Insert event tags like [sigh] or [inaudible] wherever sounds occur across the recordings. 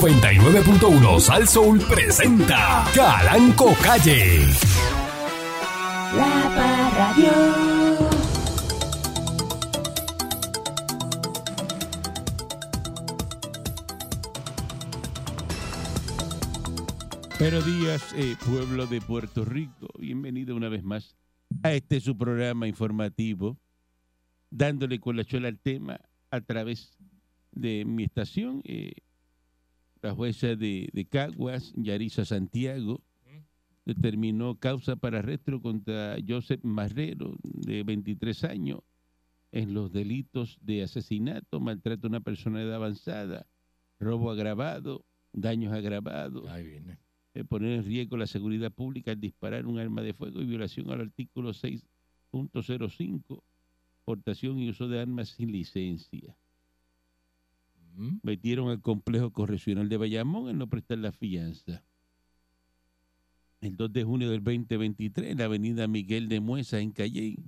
99.1 Sal Soul presenta Calanco Calle. La Parradio. Buenos días, eh, pueblo de Puerto Rico. Bienvenido una vez más a este su programa informativo, dándole colachuela al tema a través de mi estación, eh, la jueza de, de Caguas, Yarisa Santiago, determinó causa para arresto contra Joseph Marrero, de 23 años, en los delitos de asesinato, maltrato a una persona de edad avanzada, robo agravado, daños agravados, Ahí viene. eh, poner en riesgo la seguridad pública al disparar un arma de fuego y violación al artículo 6.05, portación y uso de armas sin licencia. Mm. Metieron al complejo correccional de Bayamón en no prestar la fianza. El 2 de junio del 2023, en la avenida Miguel de Muesa, en Calley,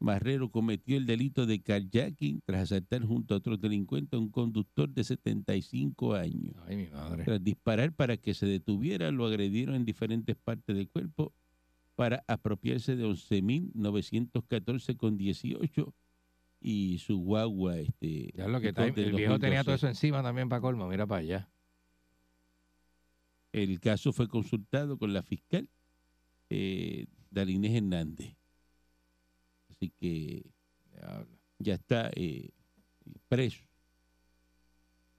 Marrero cometió el delito de carjacking tras asaltar junto a otros delincuentes a un conductor de 75 años. Ay, mi madre. Tras disparar para que se detuviera, lo agredieron en diferentes partes del cuerpo para apropiarse de 11.914 con 18 y su guagua. Este, Ya lo que Pico está, el del viejo tenía todo 2012. eso encima también para colmo. Mira para allá. El caso fue consultado con la fiscal eh, Darinés Hernández. Así que Diablo. ya está eh, preso.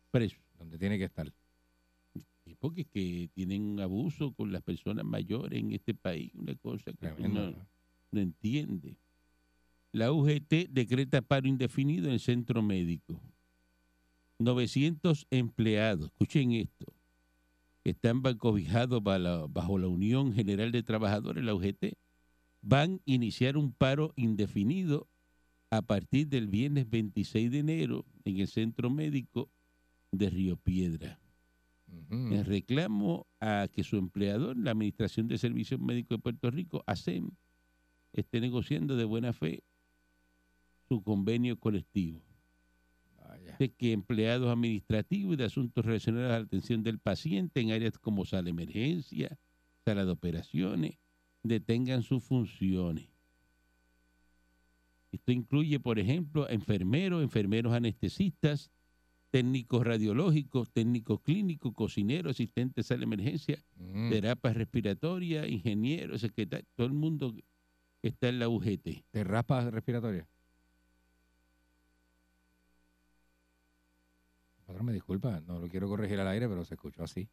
Preso. Donde tiene que estar. Y Porque es que tienen un abuso con las personas mayores en este país, una cosa que tú no- Tremendo. ¿no? no entiende. La UGT decreta paro indefinido en el centro médico. 900 empleados, escuchen esto, que están ba- cobijados ba- la- bajo la Unión General de Trabajadores, la UGT, van a iniciar un paro indefinido a partir del viernes 26 de enero en el centro médico de Río Piedra Mm. Ujú. en reclamo a que su empleador, la Administración de Servicios Médicos de Puerto Rico, ASEM, esté negociando de buena fe su convenio colectivo. Vaya. De que empleados administrativos y de asuntos relacionados a la atención del paciente en áreas como sala de emergencia, sala de operaciones, detengan sus funciones. Esto incluye, por ejemplo, enfermeros, enfermeros anestesistas, técnicos radiológicos, técnicos clínicos, cocineros, asistentes a la emergencia, Mm. terapias respiratorias, ingenieros, secretarios, todo el mundo que está en la UGT. ¿Te raspas respiratoria? Patrón, me disculpa, no lo quiero corregir al aire, pero se escuchó así.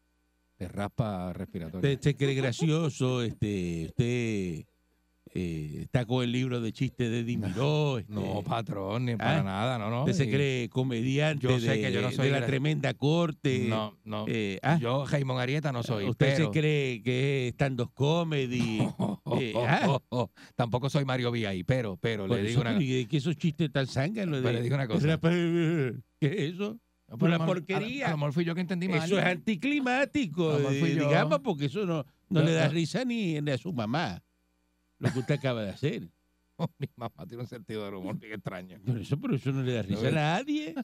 Te raspa respiratoria. Usted se cree gracioso, este, usted eh, está con el libro de chistes de Dimiró, este, No, patrón, ni para Ah, nada, no, no. usted se y- cree comediante Yo sé de, que yo no de soy la gra- tremenda corte. No, no. eh, ah, Yo, Jaimón Arieta, no soy. usted pero- se cree que es stand-up comedy. eh, [laughs] ah. Tampoco soy Mario VI, pero, pero Por le digo eso, una pero ¿y de qué esos chistes tan zánganos? Pero de- le digo una de cosa. la- ¿Qué es eso? No, Por pero la a lo mejor- porquería. A, lo- a lo mejor ah, fui yo que entendí mal. Eso es anticlimático, A lo mejor fui eh, yo. digamos, porque eso no, no Yo- le da yo- risa ni a su mamá, lo que usted acaba de hacer. [laughs] Mi mamá tiene un sentido del humor bien extraño. Pero eso, pero eso no le da risa a ves. nadie.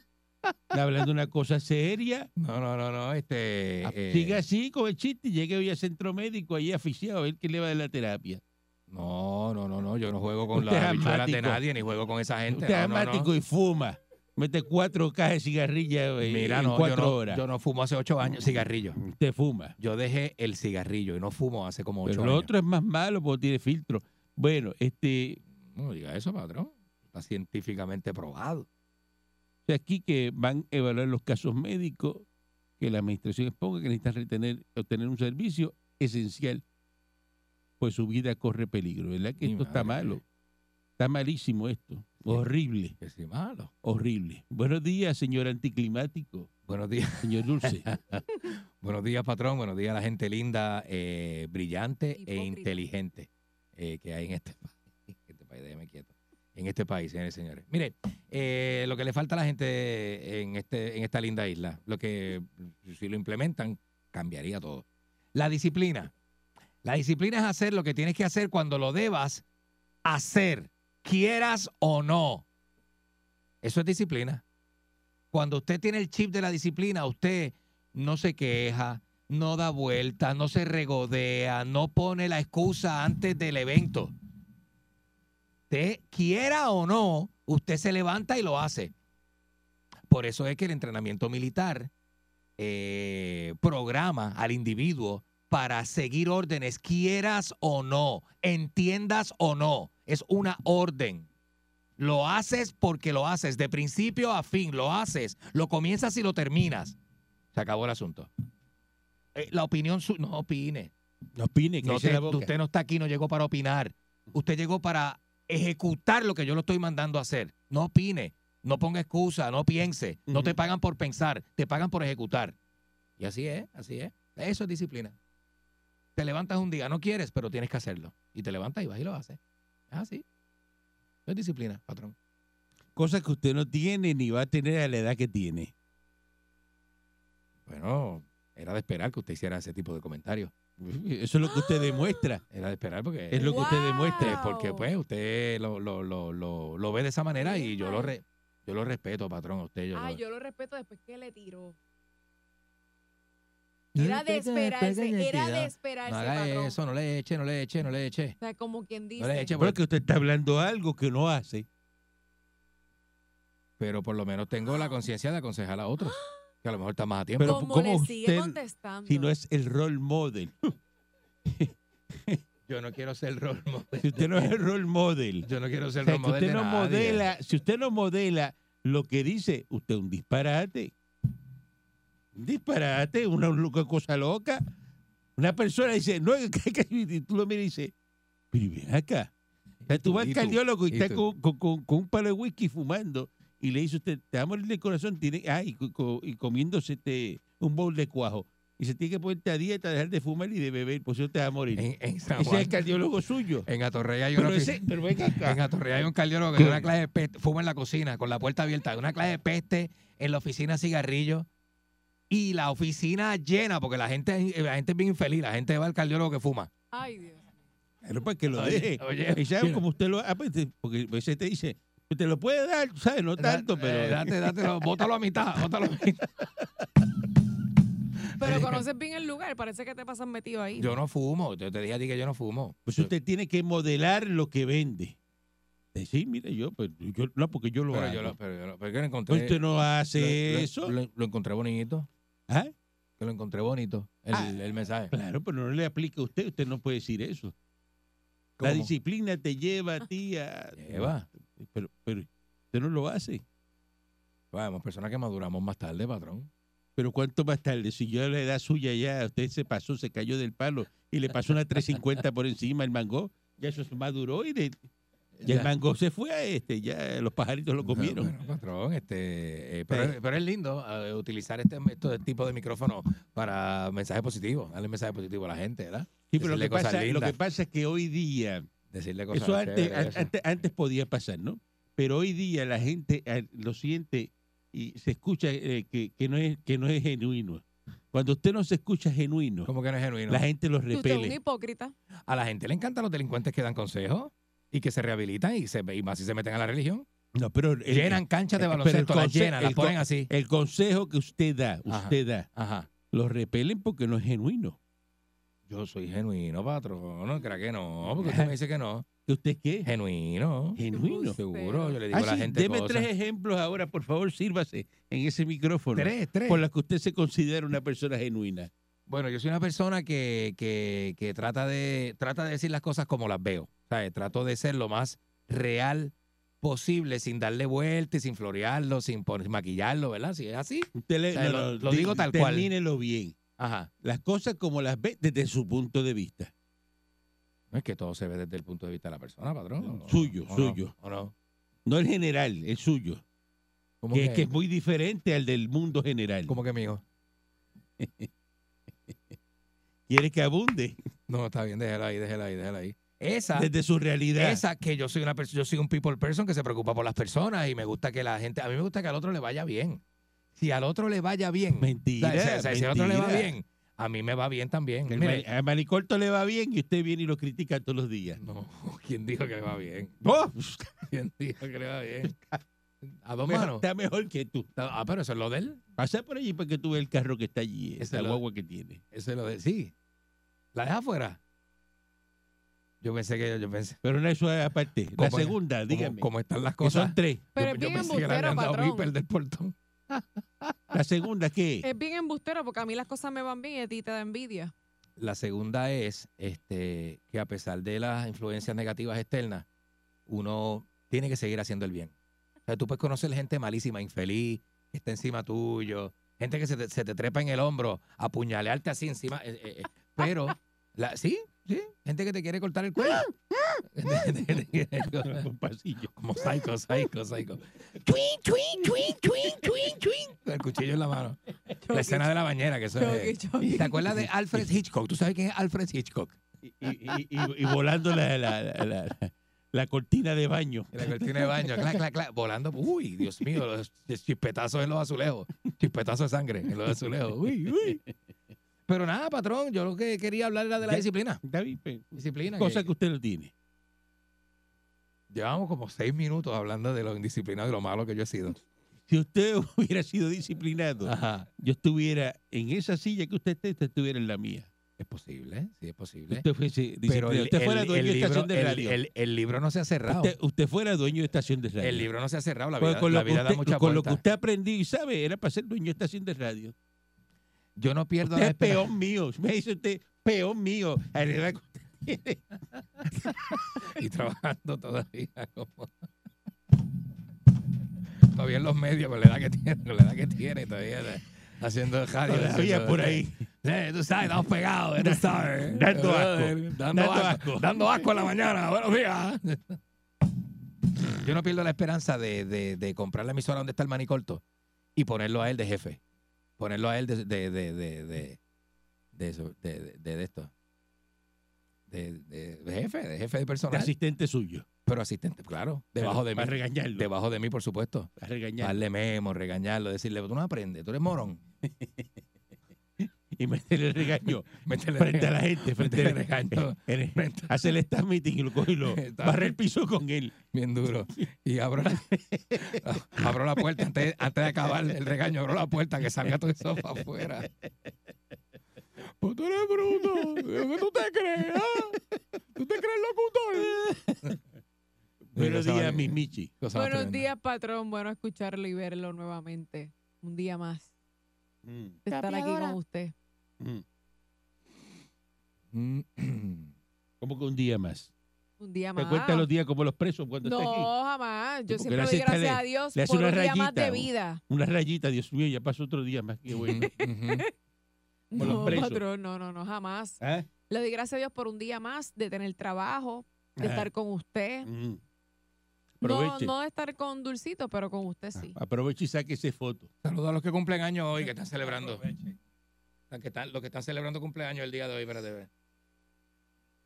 Está hablando una cosa seria. No, no, no, no, este... [laughs] eh, Siga así con el chiste y llegue hoy al centro médico ahí asfixiado a ver qué le va de la terapia. No, no, no, no, yo no juego con Usted es las habichuelas de asmático. nadie, ni juego con esa gente. Usted es no, no, no. amático y fuma. Mete cuatro cajas de cigarrillas eh, Mira, en no, cuatro yo no, horas. yo no fumo hace ocho años, cigarrillo. Usted fuma. Yo dejé el cigarrillo y no fumo hace como ocho Pero lo años. otro es más malo porque tiene filtro. Bueno, este, No diga eso, patrón. Está científicamente probado. de aquí que van a evaluar los casos médicos que la administración exponga que necesitan retener, obtener un servicio esencial, pues su vida corre peligro, ¿verdad? Que Mi esto está madre. malo, está malísimo esto, horrible, Que sí, malo. horrible. Buenos días, señor anticlimático, Buenos días. señor Dulce. Buenos días, patrón. Buenos días a la gente linda, eh, brillante e Hipócrita. inteligente eh, que hay en este [laughs] país. En este país, déjeme quieto. En este país, señores y señores. Mire, eh, lo que le falta a la gente en, este, en esta linda isla, lo que si lo implementan, cambiaría todo. La disciplina. La disciplina es hacer lo que tienes que hacer cuando lo debas hacer, quieras o no. Eso es disciplina. Cuando usted tiene el chip de la disciplina, usted no se queja, no da vuelta, no se regodea, no pone la excusa antes del evento. Usted quiera o no, usted se levanta y lo hace. Por eso es que el entrenamiento militar eh, programa al individuo para seguir órdenes, quieras o no, entiendas o no. Es una orden. Lo haces porque lo haces, de principio a fin, lo haces, lo comienzas y lo terminas. Se acabó el asunto. Eh, la opinión, su no opine. [laughs] No opine, que No se te- la boca. usted no está aquí, no llegó para opinar. Usted llegó para ejecutar lo que yo lo estoy mandando a hacer. No opine, no ponga excusa, no piense. No te Ujú. pagan por pensar, te pagan por ejecutar. Y así es, así es. Eso es disciplina. Te levantas un día, no quieres, pero tienes que hacerlo. Y te levantas y vas y lo haces. Es así. Eso es disciplina, patrón. Cosas que usted no tiene ni va a tener a la edad que tiene. Bueno, era de esperar que usted hiciera ese tipo de [laughs] comentarios. Eso es lo que usted [gasps] demuestra. Era de esperar porque... Es lo que usted demuestra. Este, porque pues usted lo, lo, lo, lo, lo ve de esa manera y yo lo re- yo lo respeto, patrón, a usted. Yo Ah, lo- yo lo respeto después que le tiró. Era de esperarse, era de esperarse, No haga patrón. eso, no le eche, no le eche, no le eche. O sea, como quien dice. No le eche, Porque porque- usted está hablando algo que no hace. pero por lo menos tengo la conciencia de aconsejar a otros, que a lo mejor está más a tiempo. pero como ¿cómo le sigue usted- contestando. Si no es el role model. yo no quiero ser rol model. Si usted no es el role model. Yo no quiero O ser sea, rol que model usted de no nadie. modela, si usted no modela lo que dice, usted es un disparate. Un disparate, una loca- cosa loca. Una persona dice, no, que, que- y tú lo miras y dices, pero ven acá. O sea, tú tú, vas y al tú, cardiólogo y, y está tú. con, con- con- con un palo de whisky fumando y le dice usted, te va a morir de corazón, tiene, ah, y, co- co- y comiéndose este, un bowl de cuajo. Y se tiene que ponerte a dieta, dejar de fumar y de beber, pues eso te va a morir. En, [laughs] en San Ese es Juan, el cardiólogo suyo. en Atorrey hay una Pero, ofi- ese, pero ven acá. En Atorrey hay un cardiólogo que da una clase de peste, fuma en la cocina, con la puerta abierta, una clase de peste en la oficina cigarrillo y la oficina llena, porque la gente, la gente es bien infeliz, la gente va al cardiólogo que fuma. [laughs] Ay, Dios. Pero para que lo Oye, deje. oye, Y sabe mira. como usted lo. ah, pues, te- Porque a veces te dice, te lo puede dar, ¿sabes? No tanto, Da- pero. eh, date, dátelo, bótalo a mitad, bótalo a mitad. [laughs] Pero conoces bien el lugar, parece que te pasan metido ahí. [laughs] Yo no fumo, yo te dije a ti que yo no fumo. Pues usted tiene que modelar lo que vende. Decir, mira, yo, pues, yo- no, porque yo lo pero hago. yo lo, pero yo lo- pero yo lo encontré. Pues usted no hace lo- lo- eso. Lo, lo encontré bonito. ¿Ah? Que lo encontré bonito, el, Ah. el mensaje. Claro, pero no le aplica a usted. Usted no puede decir eso. La ¿Cómo? disciplina te lleva a ti a. Lleva. Pero, pero usted no lo hace. Vamos, personas que maduramos más tarde, patrón. Pero cuánto más tarde, si yo a la edad suya ya, usted se pasó, se cayó del palo y le pasó una 350 por encima el mango, ya eso es maduró y, de- ya el Ya. mango se fue a este, ya los pajaritos lo comieron. Bueno, patrón, este, eh, pero, Sí. pero es lindo eh, utilizar este, este tipo de micrófono para mensajes positivos, darle mensaje positivo a la gente, ¿verdad? Sí, pero lo decirle que, cosas pasa, lo lindas. que pasa es que hoy día, Decirle cosas eso antes, chéveres, eso. antes, antes podía pasar, ¿no? Pero hoy día la gente eh, lo siente y se escucha eh, que, que no es, que no es genuino. Cuando usted no se escucha genuino, Como que no es genuino. la gente los Tú eres un repele. hipócrita. A la gente le encantan los delincuentes que dan consejos y que se rehabilitan y, se, y más si se meten a la religión. No, pero el- llenan canchas de eh, pero el baloncesto, las conse- llenan, las el con- ponen así. el consejo que usted da, Ajá. usted da, Ajá. los repelen porque no es genuino. Yo soy genuino, patrón. No crea que no, porque usted me dice que no. ¿Que usted qué? Genuino. Genuino. Justo. Seguro, yo le digo Ah, a la sí, gente deme cosas. tres ejemplos ahora, por favor, sírvase en ese micrófono tres, tres. por las que usted se considera una persona genuina. Bueno, yo soy una persona que, que- que trata, de, trata de decir las cosas como las veo. ¿sabes? Trato de ser lo más real posible, sin darle vueltas, sin florearlo, sin pon- maquillarlo, ¿verdad? Si es así. Usted le, O sea, lo- lo digo tal cual. Termínelo bien. Ajá. Las cosas como las ve desde su punto de vista. No es que todo se ve desde el punto de vista de la persona, patrón. ¿o- Suyo, o no? suyo. ¿O no? No el general, el suyo. ¿Cómo Que es, que es muy diferente al del mundo general. ¿Cómo que mío? Quiere que abunde No, está bien, déjela ahí, déjela ahí, déjela ahí. Esa, desde su realidad. esa que yo soy una persona, yo soy un people person que se preocupa por las personas y me gusta que la gente, a mí me gusta que al otro le vaya bien. Si al otro le vaya bien, Mentira. O sea, si- si al otro le va mentira. bien, a mí me va bien también. Que el Mire, mari- a Maricorto le va bien y usted viene y lo critica [laughs] todos los días. no, [laughs] ¿quién dijo que le va bien? ¡Oh! ¿Quién dijo que le va bien? A dos Mejor- manos. está mejor que tú. Ah, pero eso es lo de él. Pasa por allí para que tú veas el carro que está allí, Ese esa lo- guagua que tiene. Eso es lo de él. Sí. ¿La deja afuera? Yo pensé que yo, yo pensé. Pero no eso es aparte. La ¿Cómo es? segunda, dígame. Como, como están las que cosas. son tres. Pero yo, es yo bien pensé que le embustero, habían dado patrón. viper del portón. La segunda, ¿qué? [laughs] Es bien embustero porque a mí las cosas me van bien y a ti te [laughs] da envidia. La segunda es este, que a pesar de las influencias negativas externas, uno tiene que seguir haciendo el bien. O sea, tú puedes conocer gente malísima, infeliz, que está encima tuyo, gente que se te, se te trepa en el hombro, apuñalearte así encima. eh, eh, eh, pero, la, sí, sí, gente que te quiere cortar el cuello. [laughs] Gente que te quiere [laughs] cortar- Por pasillo. Como psycho, psycho, psycho. Twin, twin, twin, twin, twin, twin. Con el cuchillo en la mano. La [laughs] escena de la bañera, que eso [laughs] Choque, es. choque. ¿Te acuerdas de Alfred Hitchcock? ¿Tú sabes quién es Alfred Hitchcock? Y, y- y- y- y volando la, la- la- la- la cortina de baño. En la cortina de baño, clac, clac, clac, volando. Uy, Dios mío, los chispetazos en los azulejos. Chispetazos de sangre en los azulejos. Uy, uy. Pero nada, patrón, yo lo que quería hablar era de la Ya. disciplina. David, pues, Disciplina. cosa que- que usted no tiene. Llevamos como seis minutos hablando de lo indisciplinado y lo malo que yo he sido. Si usted [laughs] hubiera sido disciplinado, Ajá. yo estuviera en esa silla que usted esté, usted estuviera en la mía. Es posible, sí, es posible. Usted fuese disciplinado. ¿Eh? Pero el, usted fuera el- dueño el de estación libro, de el- radio. el- el libro no se ha cerrado. usted, usted fuera dueño de estación de radio. el libro no se ha cerrado. La Porque vida, Pues con la lo, que vida da usted, mucha con lo vuelta. que usted aprendió y sabe, era para ser dueño de estación de radio. Yo no pierdo Usted la es esperanza. peón mío. Me dice usted, peón mío. A la [laughs] edad que usted tiene. y trabajando todavía como- todavía en los medios con la edad que tiene con la edad que tiene todavía eh, haciendo radio Todavía haciendo- por ahí. Eh, tú sabes estamos pegados eh, tú sabes dando Brother, asco, dando, dando asco, asco. dando asco en la mañana buenos días yo no pierdo la esperanza de, de- de comprar la emisora donde está el manicorto y ponerlo a él de jefe ponerlo a él de de de de, de, de eso de, de- de esto de, de- de jefe de jefe de De personal asistente suyo. pero asistente, claro. Debajo de mí. Para regañarlo. Debajo de mí, por supuesto. Para regañarlo. Darle memo, regañarlo, decirle, tú no aprendes, tú eres [laughs] morón. Y meterle el [laughs] regaño Métele frente a la regaño. gente. Frente Métele al regaño. en el- Frente- Hacerle esta meeting y lo coge y lo [laughs] Está- barre el piso con él. Bien duro. Y abro [laughs] la, abro la puerta antes, antes de acabar el regaño, abro la puerta que salga todo eso para afuera. [laughs] Pues tú eres bruto. ¿Qué tú te crees? ah? ¿Tú te crees locutor? Buenos Cosa días, más- mis Michi. cosa más Buenos tremenda. días, patrón. Bueno escucharlo y verlo nuevamente. Un día más. Mm, de Estar aquí con usted. Mm. Como que un día más. Un día ¿Te más. cuentan los días como los presos cuando está aquí? No, jamás. Porque Yo siempre le doy hace esta- gracias le- a Dios le hace por una un día más rayita, de un- vida. Una rayita, Dios mío, ya pasó otro día más. Qué bueno. [laughs] Ujú. por los No, presos. patrón, no, no, no, jamás. ¿Ah? ¿Eh? Le doy gracias a Dios por un día más de tener trabajo, de Ajá. estar con usted. Mm. No, Aproveche. Ah, no de estar con Dulcito, pero con usted sí. Aproveche y saque esa foto. Saludos a los que cumplen años hoy, que están [laughs] celebrando. Los que están, los que están celebrando cumpleaños el día de hoy, espérate. espérate.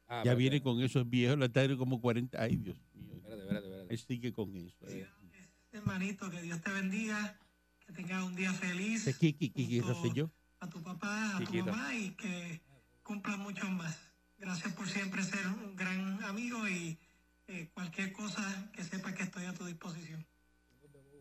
Ah, ya espérate, viene con esos viejos, la tarde como 40. Ay, Dios mío. Espérate, espérate, espérate. Él sigue con eso. eh. Hermanito, que Dios te bendiga, que tengas un día feliz ¿Qué, qué, qué, qué sé yo? a tu papá, a Chiquito. tu mamá y que cumpla mucho más. Gracias por siempre ser un gran amigo y eh, cualquier cosa que sepas que estoy a tu disposición.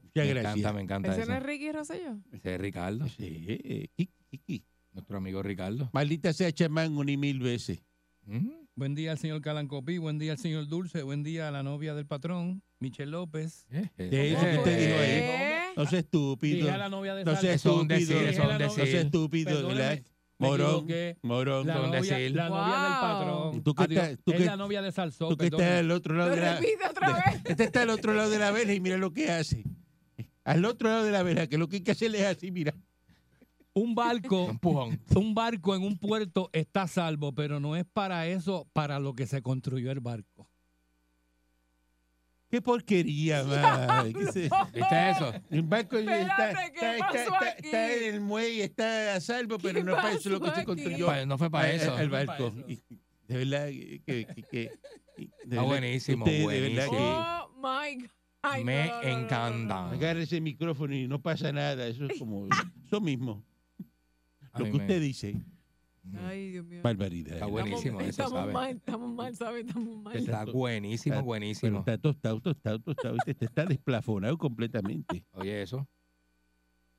Muchas me gracias. encanta, me encanta ¿Ese eso. no es Ricky Rosselló? Ese es Ricardo, Sí, eh, qui, qui, qui. nuestro amigo Ricardo. Mm, Maldita sea chamán una y mil veces. Ujú. Buen día al señor Calancopí, buen día al señor Dulce, buen día a la novia del patrón, Michelle López. Eh, De eso que ¿Cómo usted fue? dijo ahí. ¿Eh? No sea estúpido. Dije a la novia de No sea Sal- Eso es un estúpido. decir, eso es un No decir. sea estúpido, Perdóneme, ¿verdad? me Morón, equivoqué. morón. la, Con novia, decir. la novia del Wow. patrón. Tú que Adiós. estás- tú es que- la novia de Salsó, Tú que estás perdóneme. al otro lado Lo de la... repite otra [laughs] vez. Este está al otro lado de la vela y mira lo que hace. Al otro lado de la vela, que lo que hay que hacerle es así, mira. Un [laughs] barco, Empujón. un barco en un puerto está a salvo, pero no es para eso, para lo que se construyó el barco. Qué [laughs] porquería, madre. ¿Qué se- ¿Viste eso? El barco Espérate, está, ¿qué está- pasó está- está- aquí? está en el muelle, está a salvo, pero ¿Qué no es para eso lo que pasó se aquí? construyó. Pa- no fue para el- eso. El Fue pa' barco. eso. Y- De verdad que... que- que- que- de verdad Ah, que buenísimo, ustedes de verdad buenísimo. que- Oh, my God. Ay, Me no, no, no, no, no, no. encanta. Agarre ese micrófono y no pasa nada. Eso es como... Eso mismo. A Lo mí que me- usted dice. Ay, Dios mío. Barbaridad. Está ¿eh? buenísimo, eso estamos sabe. mal, estamos mal, ¿sabes? Estamos mal. Está buenísimo, Está- Pero buenísimo. está tostado, tostado, tostado. Este está- está desplafonado completamente. Oye, eso.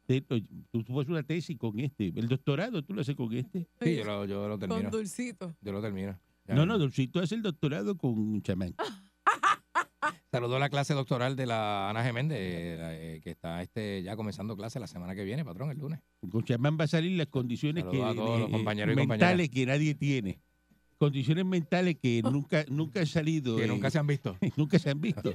Te- oye, Tú tú haces una tesis con este. El doctorado tú lo haces con este. Sí, yo lo, yo lo Con termino. dulcito. Yo lo termino. Ya No, mismo. no, Dulcito hace el doctorado con un chamán. Saludó la clase doctoral de la Ana Geméndez, eh, la, eh, que está este, ya comenzando clase la semana que viene, patrón, el lunes. Con chamán va a salir las condiciones que, Saludos a todos los eh, compañeros y mentales que nadie tiene. Condiciones mentales [laughs] que nunca, nunca han salido. Que eh, nunca se han visto. [laughs] nunca se han [laughs] visto. Él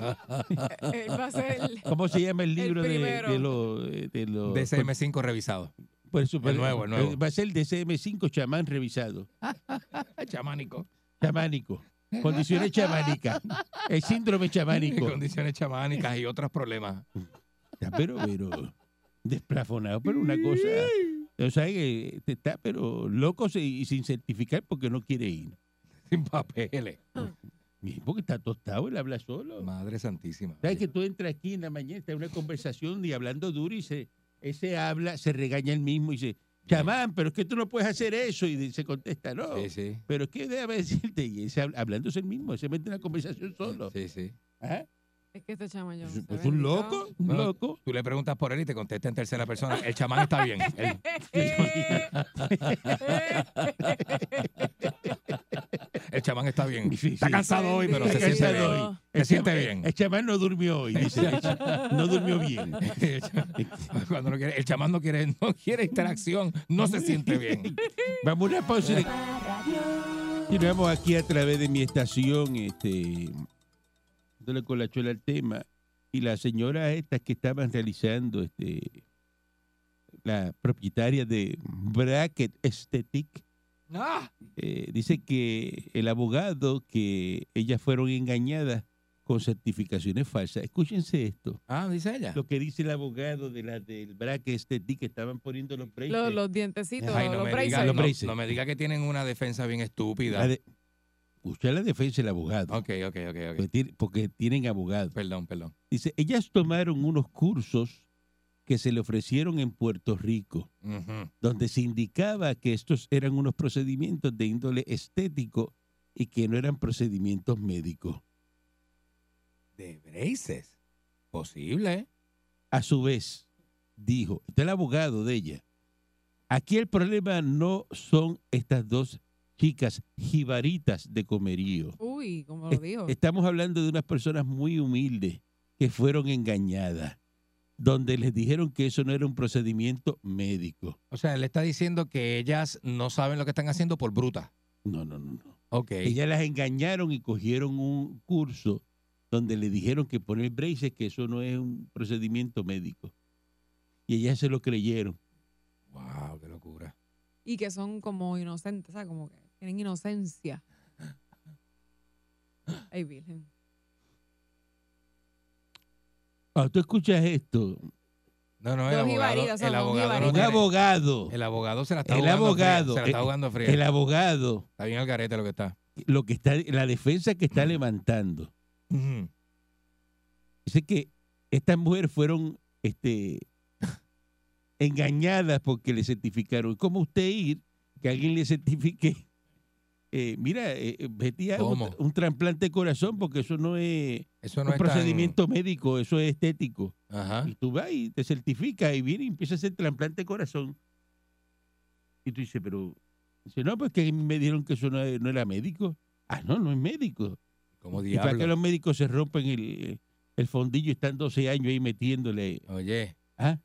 va a ser el- ¿Cómo se llama el libro de, primero. de los... eh, de los- DCM5 revisado. por eso, el nuevo, el nuevo. Va a ser el DCM5 chamán revisado. Ay, chamánico. Chamánico. Condiciones [laughs] chamánicas. El síndrome chamánico. Condiciones chamánicas y otros problemas. [laughs] Está, pero, pero desplafonado, pero una cosa. O sea, que te está, pero loco se- y sin certificar porque no quiere ir. Sin papeles. Bien, Porque está tostado, él habla solo. Madre santísima. ¿Sabes que tú entras aquí en la mañana, está una conversación y hablando duro y se, ese habla, se regaña el mismo y dice, chamán, pero es que tú no puedes hacer eso. Y se contesta, no. Sí, sí. Pero es que déjame decirte, y ese, habla- hablándose el mismo, se mete en una conversación solo. Sí, sí. Ajá. Es que este chama yo. no Es, sé, es un bendito. loco, [laughs] [laughs] un Bueno, loco. Tú le preguntas por él y te contesta en tercera persona. El chamán está bien. El- Eh, El chamán está bien. Sí, sí. Está cansado hoy, pero se Está siente cansado bien. hoy. Se siente chamán- bien. El chamán no durmió hoy, dice. No durmió bien. El chamán- [laughs] Cuando no quiere, el chamán no quiere, no quiere interacción, no se [laughs] siente bien. Vamos a una pausa y continuamos aquí a través de mi estación, este, dándole con la chola al tema. Y las señoras estas que estaban realizando, este, la propietaria de Bracket Aesthetic, Ah, eh, dice que el abogado que ellas fueron engañadas con certificaciones falsas. Escúchense esto, ah, dice ella. lo que dice el abogado de la del Bracket Aesthetic que estaban poniendo los precios. Los, los dientecitos, Ay, no, los me diga, braces. no, Los braces. no me diga que tienen una defensa bien La estúpida. de- Usted la defensa del abogado. Ok, ok, ok, ok. Porque, tiene- porque tienen abogado. Perdón, perdón. Dice, ellas tomaron unos cursos que se le ofrecieron en Puerto Rico, Ujú. donde se indicaba que estos eran unos procedimientos de índole estético y que no eran procedimientos médicos. De braces. Posible. A su vez, dijo, está el abogado de ella, aquí el problema no son estas dos chicas jibaritas de comerío. Uy, como lo Oh. dijo. Estamos hablando de unas personas muy humildes que fueron engañadas, donde les dijeron que eso no era un procedimiento médico. O sea, le está diciendo que ellas no saben lo que están haciendo por bruta. No, no, no, no. Ok. Ellas las engañaron y cogieron un curso donde le dijeron que poner braces, que eso no es un procedimiento médico. Y ellas se lo creyeron. Wow, qué locura. Y que son como inocentes, ¿sabes? Como que tienen inocencia. Ay, Virgen. Cuando tú escuchas esto, No, no, el Dos abogado, jibaritas son, el dos abogado, no jibaritas. un tiene- abogado, el abogado se la está El jugando abogado, fría, se la está eh, jugando fría. el abogado, está bien al garete lo que está. lo que está, la defensa que está levantando, Ujú. Dice que estas mujeres fueron este, engañadas porque le certificaron. ¿Cómo usted ir que alguien le certifique? eh, mira, eh, eh, vete a un, ¿Cómo? un trasplante de corazón porque eso no es Eso no un es tan- Ah. procedimiento médico, eso es estético. Ajá. Y tú vas y te certificas y viene y empieza a hacer trasplante de corazón. Y tú dices, pero... Dice, no, pues que me dijeron que eso no, es- no era médico. Ah, no, no es médico. Como Y para que diablo. los médicos se rompen el, el fondillo, y están 12 años ahí metiéndole Oye, ¿ah?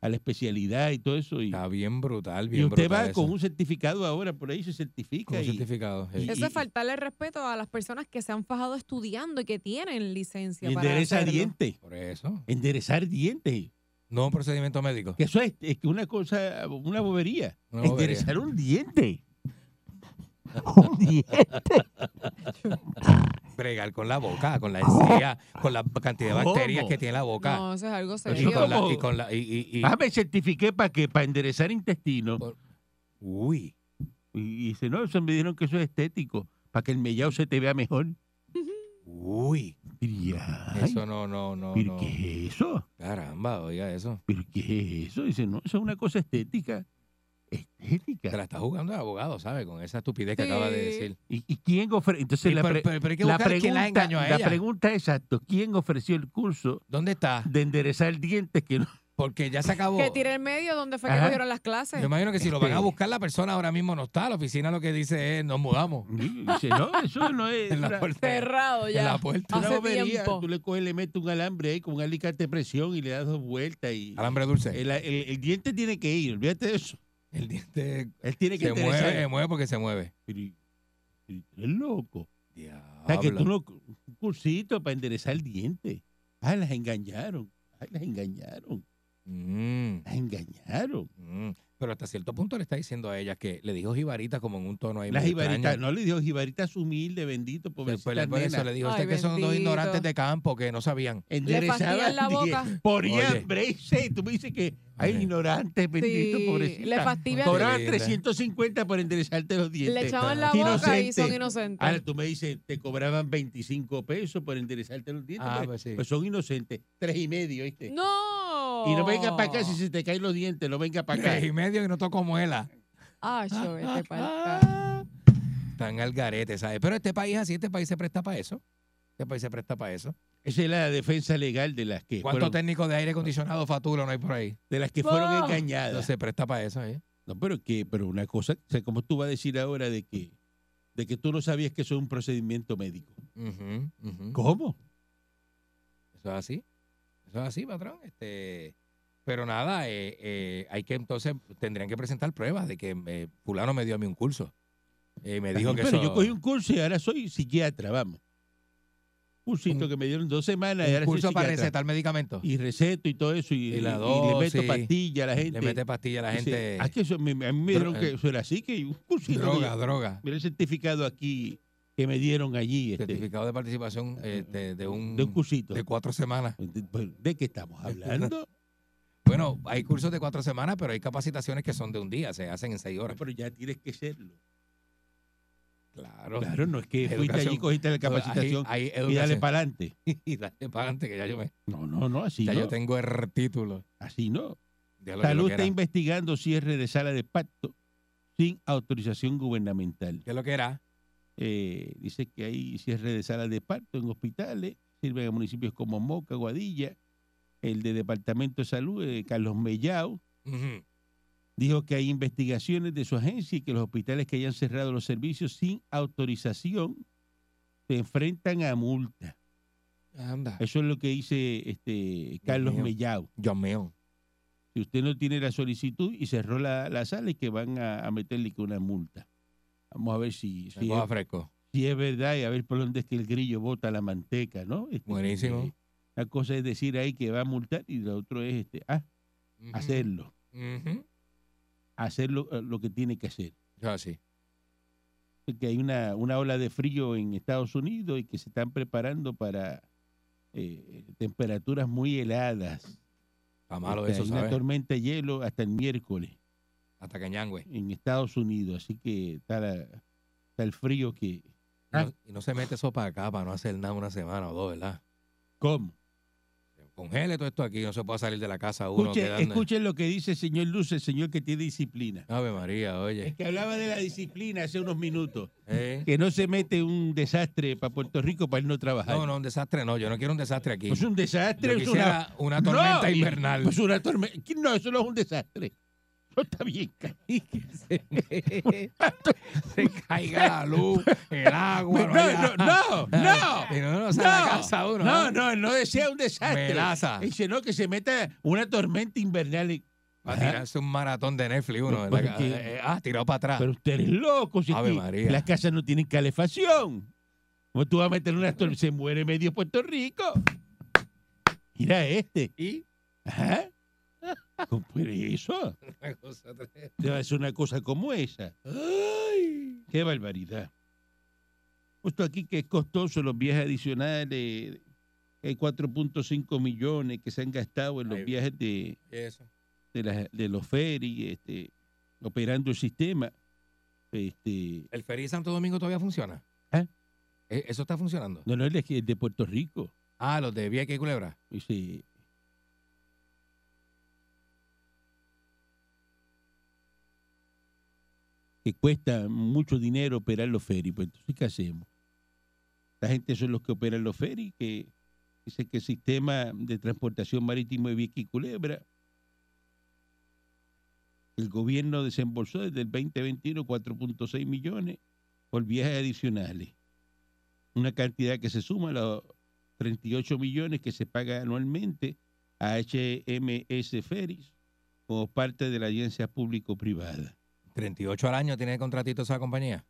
a la especialidad y todo eso. Y, está bien brutal, y bien usted brutal va eso. con un certificado ahora, por ahí se Con certifica. un y- certificado. sí. y- Eso es faltarle respeto a las personas que se han fajado estudiando y que tienen licencia y para endereza hacerlo. dientes. Por eso. Enderezar dientes. No un procedimiento médico. Que eso es, es que una cosa, una bobería. Una bobería. enderezar un diente. [laughs] Un diente. Bregar con la boca, [gasps] con la encía, con la cantidad de bacterias ¿Cómo? que tiene la boca. No, eso es algo y serio. con la, ¿Cómo? y con la- y- y- y- Ah, me certifiqué para que para enderezar intestino. uy. Y, y dice, no, eso me dijeron que eso es estético, para que el mellao se te vea mejor. Uy. Y, ay, Eso no, no, no, ¿Pero no. qué es eso? Caramba, oiga eso. ¿Pero qué es eso? Dice, no, eso es una cosa estética. Estética. Te energética. la está jugando el abogado, ¿sabe? Con esa estupidez que acaba de Sí. decir. ¿Y, y quién ofre- Entonces, Y la, pero, pre- pero- pero hay que la buscar quién la pregunta, engañó a la ella. pregunta es exacto. ¿Quién ofreció el curso ¿Dónde está? de enderezar dientes que no? Porque ya se acabó. Que tire el medio donde fue que Ajá. cogieron las clases. Yo imagino que si lo van a Este- buscar, la persona ahora mismo no está. La oficina lo que dice es, nos mudamos. [laughs] Y dice, no, eso no [laughs] es... En la una- puerta. Cerrado En ya. la puerta. Hace una bobería. tiempo. Tú le coges, le metes un alambre ahí con un alicate de presión y le das dos vueltas y... Alambre dulce. El, El, el- el diente tiene que ir, olvídate de eso. diente Él tiene que se mueve, enderezar. se mueve porque se mueve. Pero, y- pero tú eres loco. O sea, que tú Diablo. no, un cursito para enderezar el diente. Ah, las engañaron. Ay, las engañaron. Mm, Las engañaron. mm. Pero hasta cierto punto le está diciendo a ella que le dijo jibarita como en un tono ahí las muy extraño. ibaritas, no le dijo jibaritas humilde, bendito, Después pobrecita le- por eso nena. le dijo, Ay, usted que son dos bendito. ignorantes de campo que no sabían. Enderezaba Le fastidian la el boca. diente. Ponía Oye. brace, y tú me dices que hay Oye. ignorante, bendito, Sí, pobrecita. le fastidian- Cobraban Qué linda. 350 por enderezarte los dientes. Le echaban la Inocente. boca y son inocentes. Ahora tú me dices, te cobraban 25 pesos por enderezarte los dientes. Ah, pues, pues sí. pues son inocentes. Tres y medio, ¿viste? ¡No! Y no venga para acá si se te caen los dientes, no venga [laughs] para acá. Tres y medio y no tocó muela. Ah, [laughs] yo, este pa'l- Están al garete, ¿sabes? Pero este país así, este país se presta para eso. Este país se presta para eso. Esa es la defensa legal de las que ¿Cuántos fueron, técnicos de aire acondicionado fatula no hay por ahí? de las que fueron ¡Oh! No engañadas. se presta para eso, ¿eh? No, pero que, pero una cosa, o sea, como tú vas a decir ahora de que, de que tú no sabías que eso es un procedimiento médico. Ujú, ujú. ¿Cómo? Eso es así. Eso es así, patrón. Este, pero nada, eh, eh, hay que entonces, tendrían que presentar pruebas de que eh, fulano me dio a mí un curso. Eh, me dijo que pero eso- yo cogí un curso y ahora soy psiquiatra, vamos. Cursito Un- que me dieron dos semanas y un ahora curso soy para psiquiatra. recetar medicamentos. Y receto y todo eso, y, y- Y la y le meto dosis, pastilla a la gente. Le mete pastilla a la este, Dice, gente. "Ah, que eso me- a mí me dijeron Dro- que eso era así, que un cursito. que droga, yo- droga. Mira el certificado aquí que me dieron allí. este, Certificado de participación eh, de, de un, de un cursito. de De, cuatro semanas. pues, ¿de qué estamos [laughs] hablando? Bueno, hay cursos de cuatro semanas, pero hay capacitaciones que son de un día, se hacen en seis horas. Pero ya tienes que serlo. Claro. Claro, no es que fuiste Educación. allí, cogiste la capacitación Hay, hay y dale educación. para adelante. Y dale para adelante, que [laughs] ya yo, me, No, no, no, así ya no. yo tengo el título. Así no. Ya lo que lo Salud que está era. investigando cierre de sala de pacto sin autorización gubernamental. ¿Qué es lo que era? Eh, dice que hay cierre de salas de parto en hospitales, sirven a municipios como Moca, Guadilla, el de Departamento de Salud, eh, Carlos Mellao, Ujú. dijo que hay investigaciones de su agencia y que los hospitales que hayan cerrado los servicios sin autorización se enfrentan a multa. Anda. Eso es lo que dice este Carlos mío. Mellao. Dios mío. Si usted no tiene la solicitud y cerró la, la sala y que van a, a meterle que una multa. Vamos a ver si, si Coja es, fresco. si es verdad y a ver por dónde es que el grillo bota la manteca, ¿no? Este, Buenísimo. eh, Una cosa es decir ahí que va a multar y la otra es este, ah, Ujú. hacerlo, Ujú. hacer lo, eh, lo que tiene que hacer. Eso así. que hay una, una ola de frío en Estados Unidos y que se están preparando para eh, temperaturas muy heladas. Está malo Este, eso, hay una ¿sabes? tormenta de hielo hasta el miércoles Hasta Cañangüe. en Estados Unidos, así que está, la- está el frío que... Y no- Ah. Y no se mete eso para acá para no hacer nada una semana o dos, ¿verdad? ¿Cómo? Congele todo esto aquí, no se puede salir de la casa uno. Escuchen, quedando- escuchen lo que dice el señor Luz, el señor que tiene disciplina. Ave María, Es oye. que hablaba de la disciplina hace unos minutos, Eh. que no se mete un desastre para Puerto Rico para él no trabajar. No, no, un desastre no. Yo no quiero un desastre aquí. Es Pues un desastre, Yo es una quisiera una tormenta No, y- invernal. [laughs] Pues una tormenta. No, eso no es un desastre. No está bien, [laughs] cacique. se caiga la luz, el agua. [laughs] No, no, no, [laughs] no. Y no, no, sale de la casa No, uno. ¿eh? no, no, él no desea un desastre. Melaza. Dice, no, que se meta una tormenta invernal. y- Va a Ajá. tirarse un maratón de Netflix uno. No, en la pero ca- que- eh, eh, ah, tirado para atrás. [laughs] Pero usted es loco. Si Ave aquí María. Las casas no tienen calefacción. ¿Cómo tú vas a meter una tormenta? Se muere medio Puerto Rico. Mira este. y Ajá. [laughs] ¿Cómo fue eso? una cosa tres. Te va a hacer una cosa como esa. Ay. ¡Qué barbaridad! Justo aquí que es costoso los viajes adicionales, hay 4.5 millones que se han gastado en los Ahí. viajes de, Eso. de, las- de los ferries, este, operando el sistema. Este, ¿El ferry de Santo Domingo todavía funciona? ¿Eh? Eh, ¿Eso está funcionando? no, no, el de, el de Puerto Rico. Ah, los de Vieques y Culebra. Dice, que cuesta mucho dinero operar los ferries. Pues entonces, ¿qué hacemos? La gente son los que operan los ferries, que dicen que el sistema de transportación marítimo de Vieques y Culebra, el gobierno desembolsó desde el 2021 4.6 millones por viajes adicionales. Una cantidad que se suma a los 38 millones que se paga anualmente a HMS Ferries como parte de la agencia público-privada. 38 al año tiene contratito esa compañía.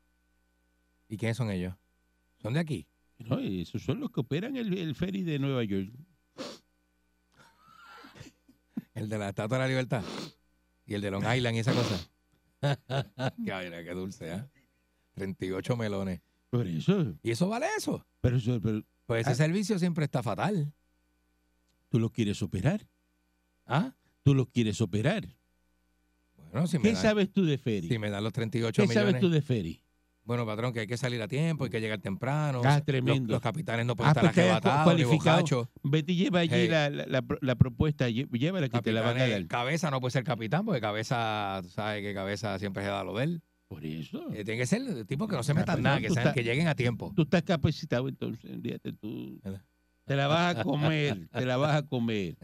¿Y quiénes son ellos? ¿Son de aquí? No, esos son los que operan el, el ferry de Nueva York. El de la Estatua de la Libertad. Y el de Long Island y [laughs] esa cosa. qué, vaina, qué dulce, ¿ah? 38 melones. Por eso, ¿Y eso vale eso? pero eso, pero Pues ese Ah. servicio siempre está fatal. tú lo quieres operar, ¿Ah? tú lo quieres operar. Bueno, si me, ¿Qué dan, sabes tú de ferry? si me dan los 38 ¿Qué millones. sabes tú de ferry? Bueno, patrón, que hay que salir a tiempo, hay que llegar temprano. Ah, Los- Los, tremendo. capitanes no pueden Ah, estar pues te hayas arrebatados ni cualificado. borrachos. Betty lleva allí Hey. la, la- la pro- la propuesta, lle- llévala que te la van a Capitanes- dar. Cabeza no puede ser capitán, porque cabeza, tú sabes que cabeza siempre se da lo de él. Por eso. Eh, tiene que ser tipo que no se metan Capitán, nada, que, Ah, pues, tú sean- estás- que lleguen a tiempo. Tú estás capacitado, entonces, olvídate, tú. ¿Verdad? Te la vas a comer, te la vas a comer.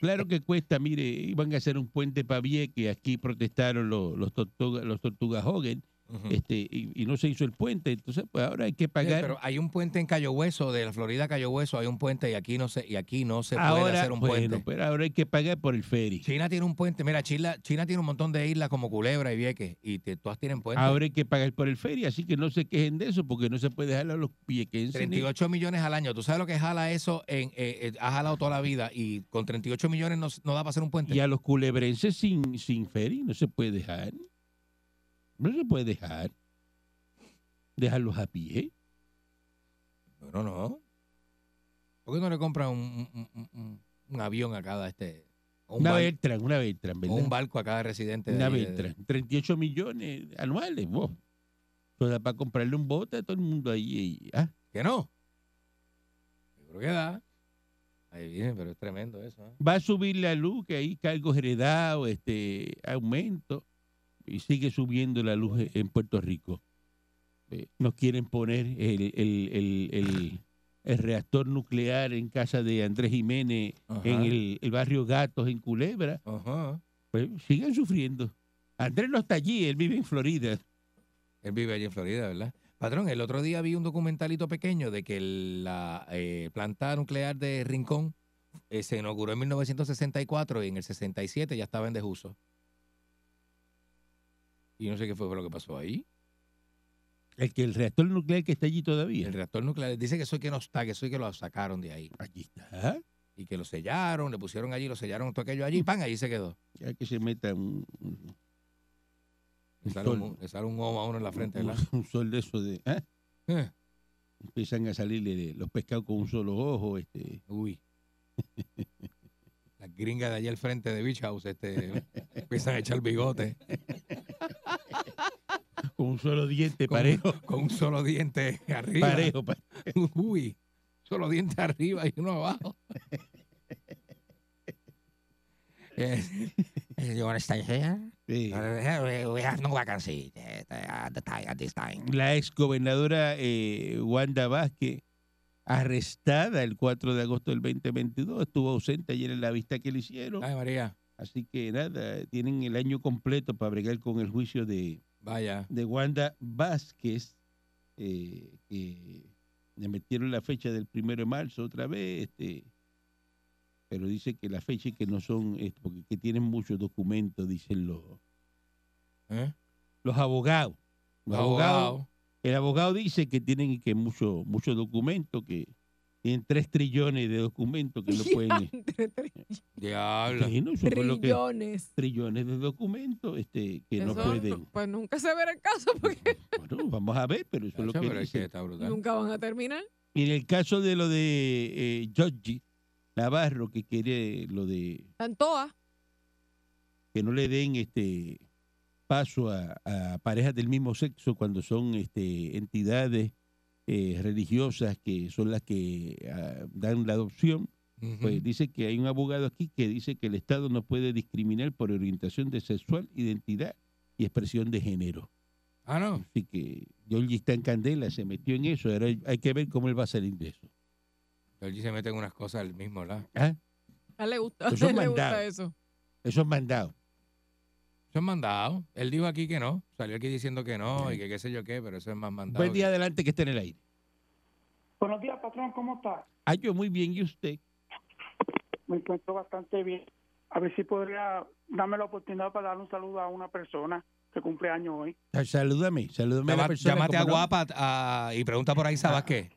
Claro que cuesta, mire, iban a hacer un puente para Vieques, aquí protestaron los, los, tortuga, los tortugas Hogan, Ujú. este, y, y no se hizo el puente, entonces pues ahora hay que Mm. Sí, pagar. Pero hay un puente en Cayo Hueso, de la Florida a Cayo Hueso, hay un puente y aquí no se, y aquí no se puede ahora, hacer un bueno, pues. puente. pero ahora hay que pagar por el ferry. China tiene un puente, mira, China, China tiene un montón de islas como Culebra y Vieques, y te- todas tienen puentes. Ahora hay que pagar por el ferry, así que no se quejen de eso, porque no se puede dejar a los viequenses. ni- 38 millones al año. ¿Tú sabes lo que jala eso? En, eh, eh, ha jalado toda la vida y con 38 millones no, no da para hacer un puente. Y a los culebrenses sin, sin ferry no se puede dejar. No se puede dejar. Dejarlos a pie. Bueno, no. ¿Por qué no le compran un, un- un- un- un avión a cada este? o un, Una bar- Beltrán, una Beltrán, o ¿verdad? un barco a cada residente. de una ahí, de- Beltrán. 38 millones anuales, vos. O sea, para comprarle un bote a todo el mundo ahí. ahí, ah. ¿Que no? Yo creo que da. Ahí viene, pero es tremendo eso. ¿eh? Va a subir la luz, que hay cargos heredados, este, aumento. Y sigue subiendo la luz en- en Puerto Rico. Eh, nos quieren poner el, el- el- el- el reactor nuclear en casa de Andrés Jiménez Ajá. en el, el barrio Gatos, en Culebra, Ajá. pues sigan sufriendo. Andrés no está allí, él vive en Florida. Él vive allí en Florida, ¿verdad? Patrón, el otro día vi un documentalito pequeño de que el- la eh, planta nuclear de Rincón eh, se inauguró en 1964 y en el 67 ya estaba en desuso. Y no sé qué fue lo que pasó ahí. El que el reactor nuclear que está allí Y todavía. el reactor nuclear dice que soy que no está, que soy que lo sacaron de ahí. Allí está. Y que lo sellaron, le pusieron allí, lo sellaron todo aquello allí, y pan, ahí se quedó. Ya que se meta un, un- Le Un sale un, sol. le sale un ojo a uno en la frente, ¿verdad? un sol de eso de. ¿ah? [laughs] Eh, Empiezan a salirle de- los pescados con un solo ojo. Este. Uy. Las gringas de allá al frente de Beach House este, [laughs] empiezan a echar bigote. [laughs] Con un solo diente, con- parejo. Con un solo diente [laughs] arriba. Parejo. pa- Uy. Solo diente arriba y [laughs] uno abajo. Eh, you wanna stay here? sí. Eh, We have no vacancy eh, at the time- at this time. La exgobernadora eh, Wanda Vázquez, arrestada el 4 de agosto del 2022, estuvo ausente ayer en la vista que le hicieron. Ay, María, Así que nada, tienen el año completo para bregar con el juicio de, vaya. de Wanda Vázquez, eh, que le metieron la fecha del primero de marzo otra vez, este, pero dice que las fechas que no son, eh, porque que tienen muchos documentos, dicen los, ¿eh? los abogados. Los abogados Abogado. el abogado dice que tienen que mucho, mucho documento, que tienen tres trillones de documentos [laughs] que no pueden... Entre tres Diablo. Sí, no, eso fue lo que- trillones. trillones de documentos este, que no Eso, [laughs] pueden... Pues nunca se verá el caso [laughs] porque Bueno, vamos a ver, pero eso es lo Chacho, que pero es que dice. está brutal. nunca van a terminar. Y en el caso de lo de eh, Giorgi Navarro, que quiere lo de Están todas. que no le den este paso a, a parejas del mismo sexo cuando son este, entidades eh, religiosas que son las que ah, dan la adopción, Ujú. pues dice que hay un abogado aquí que dice que el Estado no puede discriminar por orientación de sexual, identidad y expresión de género. Ah, no. Así que Georgie está en candela, se metió en eso. Ahora hay que ver cómo él va a salir de eso. Georgie se mete en unas cosas al mismo lado. ¿Ah? A él le gusta, a [laughs] Eso es él le mandado. gusta eso. Eso es mandado. Eso es mandado. Él dijo aquí que no. Salió aquí diciendo que no y que qué sé yo qué, pero eso es más mandado. Buen que- día adelante que esté en el aire. Buenos días, patrón, ¿cómo está? Ah, yo muy bien, ¿y usted? Me encuentro bastante bien. A ver si podría darme la oportunidad para dar un saludo a una persona que cumple años hoy. Ah, Salúdame, salúdame a Llama- la persona. llámate a como no. Ah. Guapa a- y pregunta por ahí, ¿sabes qué?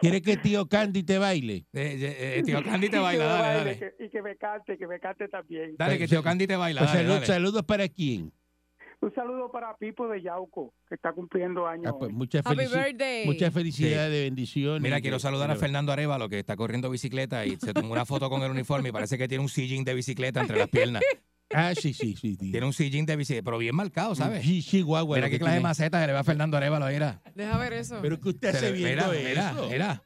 ¿Quiere que tío Candy te baile? Eh, [laughs] eh, eh, tío Candy te Y que baila, me dale, baile, dale. que- eh, y que me cante, que me cante también. Dale, que tío Candy te baila, Pues dale, salud- dale. ¿Saludos para quién? Un saludo para Pipo de Yauco, que está cumpliendo años Ah, pues, hoy. muchas, Happy felici- birthday. muchas felicidades, bendiciones. Mira, quiero Que- saludar a que- Fernando Arevalo, que está corriendo bicicleta y se tomó una foto con el uniforme y parece que tiene un sillín de bicicleta entre las [laughs] piernas. Ah, sí, sí, sí. sí. Tiene un sillín de bicicleta, pero bien marcado, ¿sabes? Sí, sí, guagua. Mira lo qué que clase de tiene. maceta se le va a Fernando Arevalo, mira. Deja ver eso. Pero que usted Se hace le- Mira, viendo mira, eso. mira.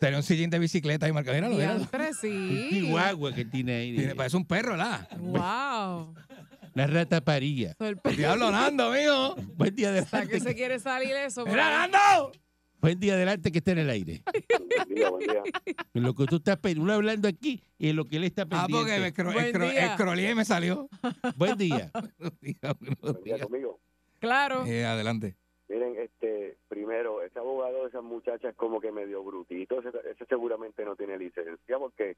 Tiene un sillín de bicicleta y marcado. Míralo, míralo. Diantre, Un sí. chihuahua que tiene ahí. Tiene- de- Parece un perro, ¿la? Wow. La rata parilla. Sorpresa. Diablo, Nando, amigo. Buen día ¿Para qué adelante. se que- quiere salir eso? por ¡Mira, ahí? Nando! Buen día adelante que esté en el aire. Buen día, buen día. En lo que tú estás pe- uno hablando aquí y en lo que él está Ah, porque me pendiente. escro- Buen escro- día. escroleé y me salió. Buen día. [laughs] Buen día conmigo. Claro. Eh, adelante. Miren, este, primero, ese abogado de esas muchachas como que medio brutito, ese, ese seguramente no tiene licencia porque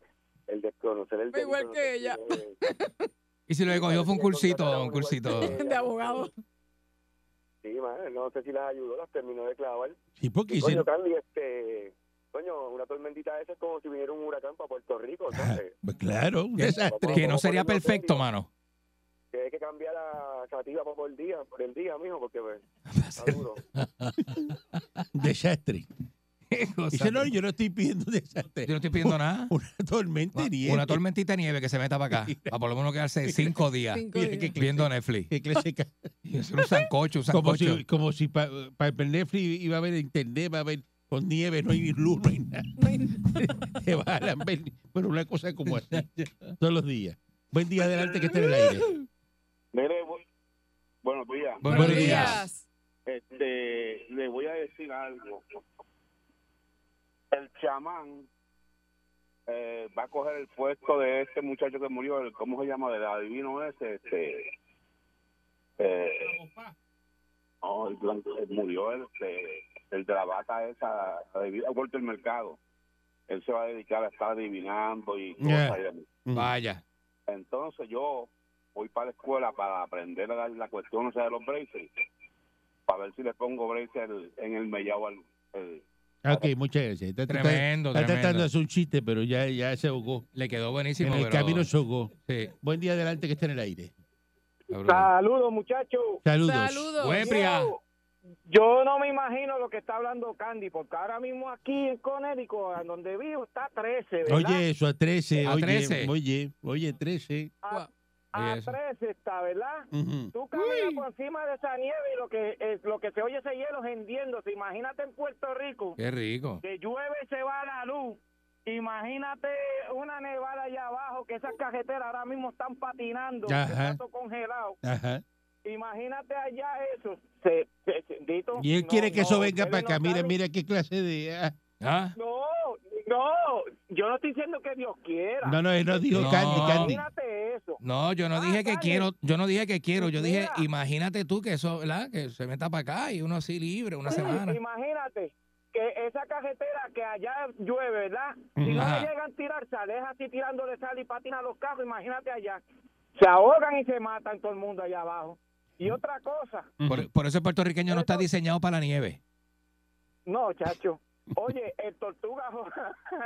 el desconocer el Fue igual delito no que sé si ella. debe- Y si lo que cogió fue un Parece que cursito, contrataron un igual que cursito. [laughs] ella, [laughs] De abogado. Sí, man, Eh, no sé si las ayudó, las terminó de clavar. Sí, porque Y, coño, hicieron- Candy, este, coño, una tormentita de esas es como si viniera un huracán para Puerto Rico, entonces, Pues claro, un desastre. Que no sería perfecto, mano. que hay que cambiar la sativa por el día, por el día, mijo, porque [laughs] pues, está duro. Un [laughs] desastre. [laughs] Qué cosa. Dice, no, yo yo no estoy pidiendo un no desastre. [laughs] estoy pidiendo nada. Una tormenta de nieve. [laughs] Una tormentita de nieve que se meta para [laughs] acá. Para por lo menos quedarse cinco días Cinco Mira, qué días. [laughs] viendo Netflix. Qué clase de ca- Y hacer un sancocho, un como sancocho. si, como si para el Netflix iba a haber internet, va a haber con nieve, no hay luz, no hay nada. [laughs] Te va a lamber, pero una cosa como [laughs] así, todos los días. Buen día adelante que esté en el aire. Mire, bu- buenos días. Buenos Buenos días. Este, le voy a decir algo. El chamán eh, va a coger el puesto de este muchacho que murió, el- ¿cómo se llama? Del adivino ese, este. eh, no, el blanco, el murió este, el de la bata esa, adivina, vuelto el mercado. Él se va a dedicar a estar adivinando y cosas. Yeah. y- Mm. Vaya. entonces yo voy para la escuela para aprender la, la cuestión o sea, de los braces, para ver si le pongo braces el- en el mellao al... el- Ok, muchas gracias. Está, tratando- Tremendo, está tratando tremendo. de hacer un chiste, pero ya, ya se ahogó. Le quedó buenísimo. En el pero- camino se ahogó. Sí, Buen día adelante que esté en el aire. la bruta. Saludos, muchachos. Saludos. Saludos. Huepria. Yo no me imagino lo que está hablando Candy, porque ahora mismo aquí en Connecticut, donde vivo, está 13, Oye, eso a 13. A oye, 13. oye, oye, 13. Wow. A Oye, eso. 13 está, ¿verdad? Ujú. Tú caminas por encima de esa nieve y lo que eh, lo que se oye ese hielo hendiéndose. Imagínate en Puerto Rico, Qué rico. que llueve se va la luz. Imagínate una nevada allá abajo, que esas carreteras ahora mismo están patinando, que Ajá. está todo congelado. Ajá. Imagínate allá eso. Se- se- se- Dito, Y él no, quiere que eso no, venga ustedes para acá. no Mira, saben. mira qué clase de. ah. ¿Ah? No, no, yo no estoy diciendo que Dios quiera. No, no, él no dijo No. Candy, Candy. Imagínate eso. No, yo no Ah, dije que dale. quiero, yo no dije que quiero, yo dije, Mira. imagínate tú que eso, ¿verdad? Que se meta para acá y uno así libre una semana. Imagínate que esa carretera que allá llueve, ¿verdad? Mm. Si no Ajá. le llegan a tirar sal, es así tirándole sal y patina a los carros, imagínate allá. Se ahogan y se matan todo el mundo allá abajo. Y otra cosa, e-, Por, por eso el puertorriqueño no está diseñado para la nieve. no, chacho. Oye, el tortuga, Ho- [laughs]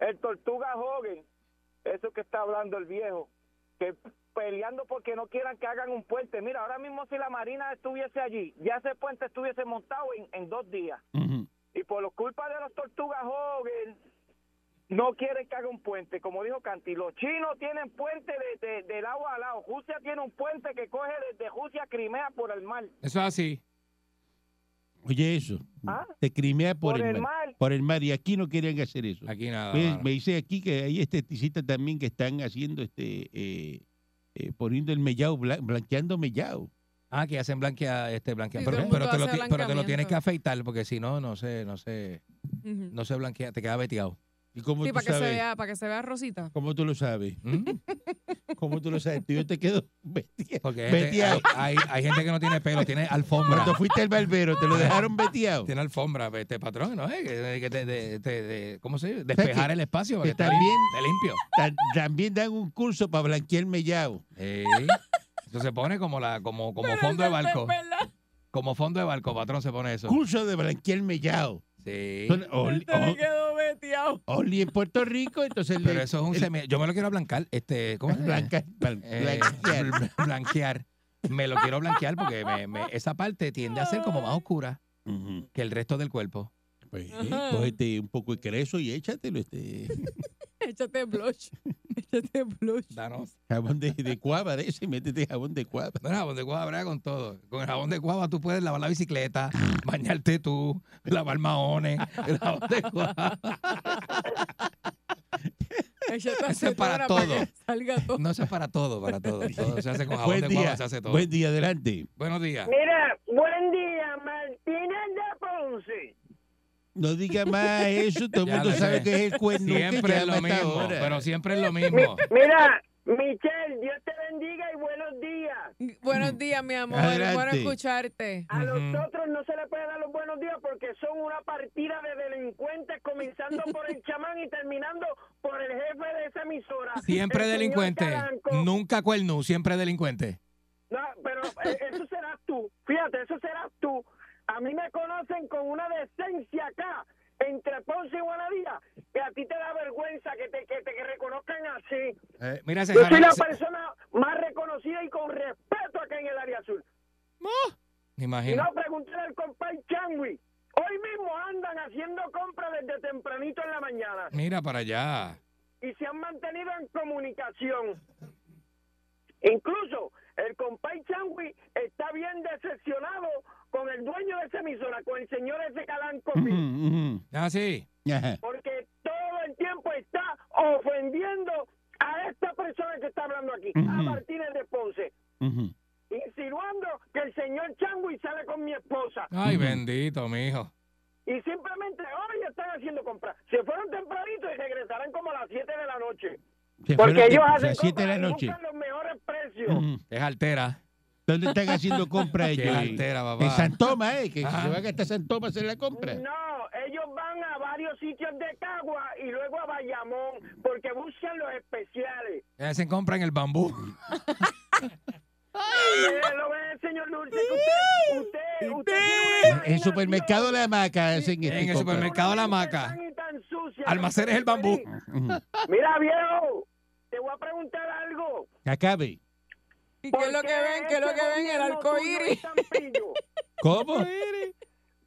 el tortuga Hogan, eso que está hablando el viejo, que peleando porque no quieran que hagan un puente. Mira, ahora mismo si la Marina estuviese allí, ya ese puente estuviese montado en, en dos días. Ujú. y por los culpa de las tortugas jóvenes no quieren que haga un puente, como dijo Canti. Los chinos tienen puente de, de- de lado a lado. Rusia tiene un puente que coge desde Rusia a Crimea por el mar. Eso es así. Oye, eso. ¿Ah? Te crimea por, el, mar. mar. Por el mar. Y aquí no quieren hacer eso. Aquí nada. Pues, mano. me dice aquí que hay esteticistas también que están haciendo este eh, eh, poniendo el mellao, bla- blanqueando mellao. Ah, que hacen blanquea, este, blanquea. Sí, pero, todo el pero mundo te lo, hace ti- pero te lo tienes blanqueamiento. que afeitar porque si no, no se, no se, Ujú. no se blanquea, te queda veteado. ¿Y cómo Sí, tú para que, se sabes? vea, para que se vea rosita. ¿Cómo tú lo sabes? ¿Mm? [laughs] ¿Cómo tú lo sabes? Tú, Yo te quedo [laughs] veteado. Porque hay gente- veteado. hay, hay, hay gente que no tiene pelo, tiene alfombra. Cuando fuiste al barbero, te lo dejaron veteado. Tiene alfombra, pues, este patrón, ¿no? Eh, Que, que te- de- te- de- ¿Cómo se dice? Despejar el espacio para que esté También- bien, esté limpio. Ta- También dan un curso para blanquear mellao. Sí. Eso se pone como la, como, como fondo [laughs] de barco. Como fondo de barco, patrón, se pone eso. Curso de blanquear mellao. Sí. Son- only, on- quedó veteado. only en Puerto Rico, entonces Pero le- eso es un el- semi. Yo me lo quiero blancar. Este, ¿Cómo se dice? blanca- blan- Eh, blanquear. [laughs] bl- blanquear. Me lo quiero blanquear porque me- me- esa parte tiende a ser como más oscura Ujú. que el resto del cuerpo. Pues, eh, Ajá. cógete un poco de creso y échatelo, este [laughs] Échate blush. Échate blush. Danos. jabón de, de cuava de ese, métete jabón de cuava. No, el jabón de guava brega con todo. Con el jabón de guava tú puedes lavar la bicicleta, bañarte tú, lavar maones. El jabón de guava. Échate Ese es para acetona todo. que salga [laughs] todo. No, eso es para todo, para todo. Todo se hace con jabón Buen de día, guava, se hace todo. buen día, adelante. Buenos días. Mira, buen día, Martínez de Ponce. No diga más eso, todo el Ya mundo lo sabe sé. que es el cuerno que Siempre llama es lo a esta mismo, hora. pero siempre es lo mismo. Mira, Michelle, Dios te bendiga y buenos días. Buenos días, mi amor. Adelante. Bueno escucharte. [laughs] A los Ujú. otros no se les puede dar los buenos días porque son una partida de delincuentes, comenzando por el chamán y terminando por el jefe de esa emisora. Siempre el Este señor delincuente. Calanco. Nunca cuerno, siempre delincuente. No, pero eh, eso serás tú. Fíjate, eso serás tú. A mí me conocen con una decencia acá, entre Ponce y Guanadía, que a ti te da vergüenza que te, que te que reconozcan así. Eh, mira, Yo soy César, la se- persona más reconocida y con respeto acá en el área azul. me Y imagino. no preguntar al compadre Changui. Hoy mismo andan haciendo compras desde tempranito en la mañana Mira para allá. y se han mantenido en comunicación. Incluso el compadre Changui está bien decepcionado con el dueño de esa emisora, con el señor ese Calanco, Ujú, ujú. Ah, sí. Ajá. porque todo el tiempo está ofendiendo a esta persona que está hablando aquí, a Ujú. Martínez de Ponce. Ujú. insinuando que el señor Changui sale con mi esposa Ay, Ujú. bendito, mijo. y simplemente hoy están haciendo compras. Se fueron tempranito y regresarán como a las 7 de la noche. Se fueron Porque de- ellos pues, a hacen las 7 de la compras y noche. buscan los mejores precios. Ujú. Es altera. ¿Dónde están haciendo compras [laughs] Qué ellos? altera, papá. En San Tomás, ¿eh? Que Ajá. se van hasta San Tomás a hacer la compra. No, ellos van a varios sitios de Cagua y luego a Bayamón porque buscan los especiales. Hacen compra en el bambú. Eh, lo ve el señor Dulce que usted, usted, usted tiene una En el supermercado La Maca hacen este En el compra. supermercado La imaginación Maca. tan y tan [laughs] sucia. Almacenes el bambú. Ujú. Mira, viejo, te voy a preguntar algo. este Acabe. ¿Y qué es lo que ven? ¿Qué es lo que ven? El arco iris. ¿Cómo?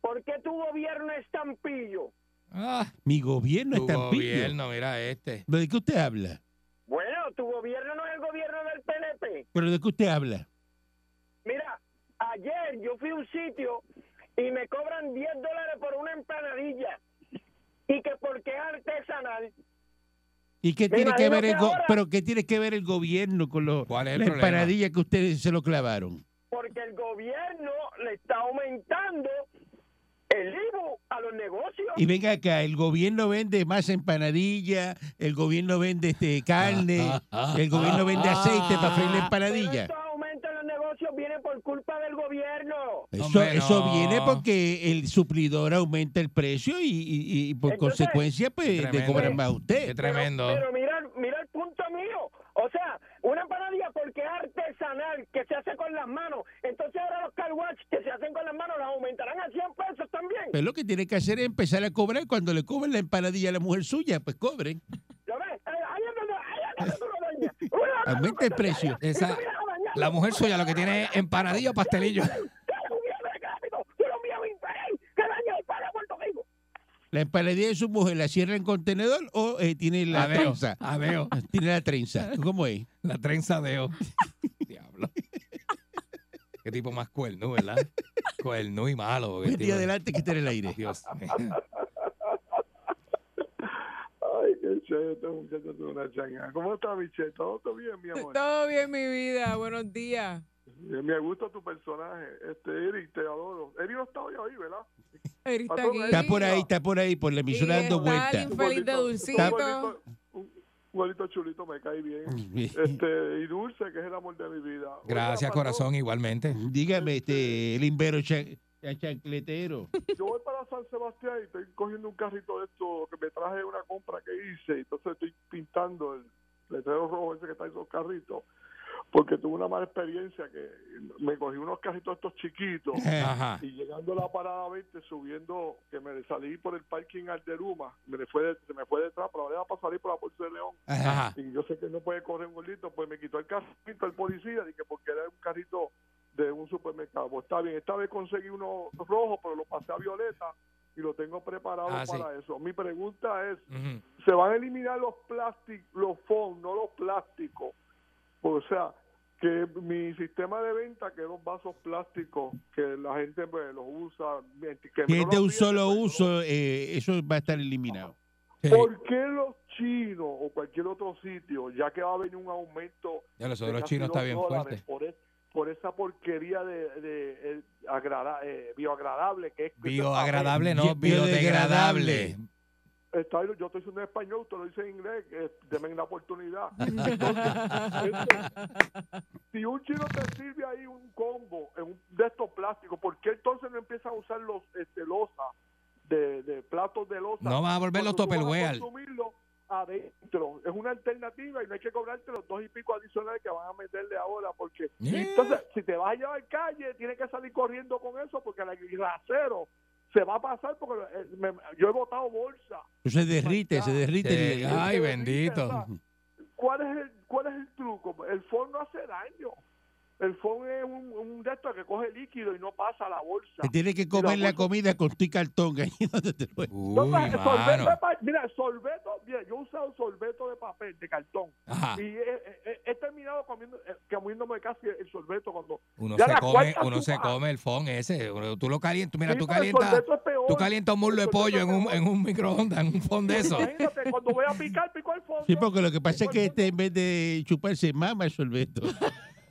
¿Por qué tu gobierno es tan pillo? Ah, Mi gobierno tu está en pillo. gobierno, mira este. ¿Pero ¿De qué usted habla? Bueno, tu gobierno no es el gobierno del PNP. ¿Pero de qué usted habla? Mira, ayer yo fui a un sitio y me cobran 10 dólares por una empanadilla. Y que porque es artesanal. ¿Y qué Me tiene que imagino ver el que go- ahora- pero qué tiene que ver el gobierno con los ¿Cuál es el la problema? empanadilla que ustedes se lo clavaron? Porque el gobierno le está aumentando el IVU a los negocios. Y venga acá, el gobierno vende más empanadilla, el gobierno vende este [laughs] carne, el gobierno vende aceite para freír la Pero empanadilla. estos aumentos en los negocios vienen por culpa del gobierno. Eso, Hombre, no. eso viene porque el suplidor aumenta el precio y, y- y por Entonces, consecuencia pues le tremendo. cobran más a Qué usted. tremendo. Pero mira, mira el punto mío. O sea, una empanadilla porque es artesanal, que se hace con las manos. Entonces ahora los car wash que se hacen con las manos las aumentarán a 100 pesos también. Pues lo que tiene que hacer es empezar a cobrar cuando le cobran la empanadilla a la mujer suya, pues cobren. ¿Lo ves? Eh, Ahí es donde, ahí es donde tú [laughs] lo dañas. Una cosa Aumenta el precio. que Ah, Esa, tú vienes a dañar. la mujer suya lo que tiene es empanadillo, pastelillo. Tú eres un viejo desgraciado. Tú eres un viejo infeliz que daña el pan de Puerto Rico. La empanadilla de su mujer la cierra en contenedor o eh, tiene la Adeo, trenza. adeo. Tiene la trenza. ¿Cómo es? La trenza de O. Diablo. Qué tipo más cuerno, ¿verdad? Cuerno y malo. porque Buen el día tipo- adelante que esté en el aire. Dios mío. Ay, qué muchacho, este muchacho es una changa. ¿Cómo está, Michelle? ¿Todo, todo bien, mi amor? Todo bien, mi vida. Buenos días. Eh, Me gusta tu personaje. Este, Eric, te adoro. Eric no está hoy ahí, ¿verdad? Eric está Patrón, aquí. Está por ahí, está por ahí, por la emisora Sí, dando está vueltas. bien feliz de Un dulcito. bonito- un- un bonito chulito me cae bien. [laughs] Bien. Este, y Dulce, que es el amor de mi vida. Oiga, Gracias, Patrón, corazón, igualmente. Dígame, este, el invero chan- chancletero. Yo voy para San Sebastián y estoy cogiendo un carrito de esto que me traje una compra que hice. Entonces estoy pintando el letrero rojo ese que está en esos carritos. Porque tuve una mala experiencia que me cogí unos carritos estos chiquitos Ajá. y llegando a la parada 20 subiendo que me salí por el parking Alderuma me le fue de- se me fue detrás pero ahora para salir por la Ponce de León Ajá. y yo sé que no puede correr un gordito pues me quitó el carrito el policía dije porque era un carrito de un supermercado Pues está bien esta vez conseguí uno rojo pero lo pasé a violeta y lo tengo preparado Ah, sí. para eso mi pregunta es Ujú. se van a eliminar los plásticos, los fondos, no los plásticos. O sea, que mi sistema de venta, que los vasos plásticos, que la gente pues, los usa. Que Que no es de los un pide, solo pues, uso, eh, eso va a estar eliminado. Sí. ¿Por qué los chinos o cualquier otro sitio, ya que va a venir un aumento Ya lo sé, de los casi chinos está dos bien fuerte. dólares Por, es- por esa porquería de, de- eh, agrada- eh, bioagradable que es... que Bioagradable, Bien, no, biodegradable. biodegradable. Está- yo estoy diciendo en español, usted lo dice en inglés, eh, deme la oportunidad. si un chino te sirve ahí un combo en un, de estos plásticos, ¿por qué entonces no empiezan a usar los este, losa, de, de platos de losa? No, van a volver los Porque tú vas a Tupperware. consumirlo adentro. Es una alternativa y no hay que cobrarte los dos y pico adicionales que van a meterle ahora, porque Yeah. entonces si te vas a llevar calle, tienes que salir corriendo con eso, porque el rasero se va a pasar, porque eh, me- yo he botado bolsa. Se derrite, se derrite. Sí. Ay, Pero, bendito. mira, ¿Cuál es el, cuál es el truco? El fondo no hace daño. El fondo es un, un de estos que coge líquido y no pasa a la bolsa. Te tienes que comer Pero, la pues, comida con tu cartón ahí [laughs] donde te lo- No, Uy, pues, el sorbeto mano. de pa- mira, el sorbeto, mira, yo he usado sorbeto de papel, de cartón. Ajá. Y he, he- he terminado comiendo, eh, comiéndome casi el sorbeto cuando... Uno ya se la come, cuarta uno se chupada. come el fon ese. Uno- Tú lo calientas, mira, Sí, tú pero el calientas, sorbeto es peor. tú calientas un muslo de El pollo sorbeto en es un, peor. en un microondas, en un fon de eso. Imagínate, cuando voy a picar, pico el fondo. Sí, porque lo que pasa es que este en vez de chuparse mama el sorbeto.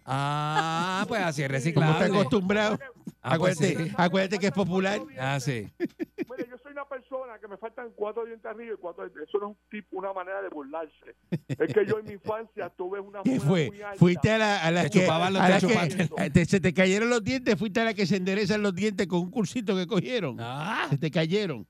Ah, pues así es Como está reciclable. acostumbrado. Ah, pues acuérdate, sí. acuérdate que es popular. Ah, sí. Mire, yo soy una persona que me faltan cuatro dientes arriba y cuatro dientes. Eso no es un tipo, una manera de burlarse. Es que yo en mi infancia tuve una ¿Qué muela fue? muy alta. Fuiste a la, a la Te que, chupaban los a la te que- chupaste. te- se te cayeron los dientes, fuiste a la que se enderezan los dientes con un cursito que cogieron. Ah, Se te cayeron.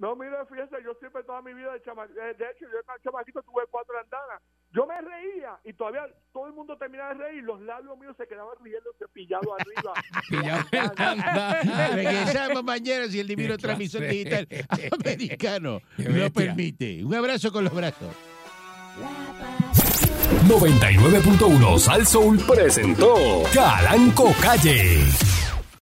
No, mire, fíjese, yo siempre toda mi vida de chamaquito, de hecho, yo de chamaquito tuve cuatro andanas. Yo me reía y todavía todo el mundo terminaba de reír. Los labios míos se quedaban riendo cepillados arriba. pillado en la andada. Ah. Regresamos mañana si el divino Ah. Qué transmisión clase. [laughs] digital americano Qué lo bestia. permite. Un abrazo con los brazos. La 99.1 Sal Soul presentó Calanco Calle.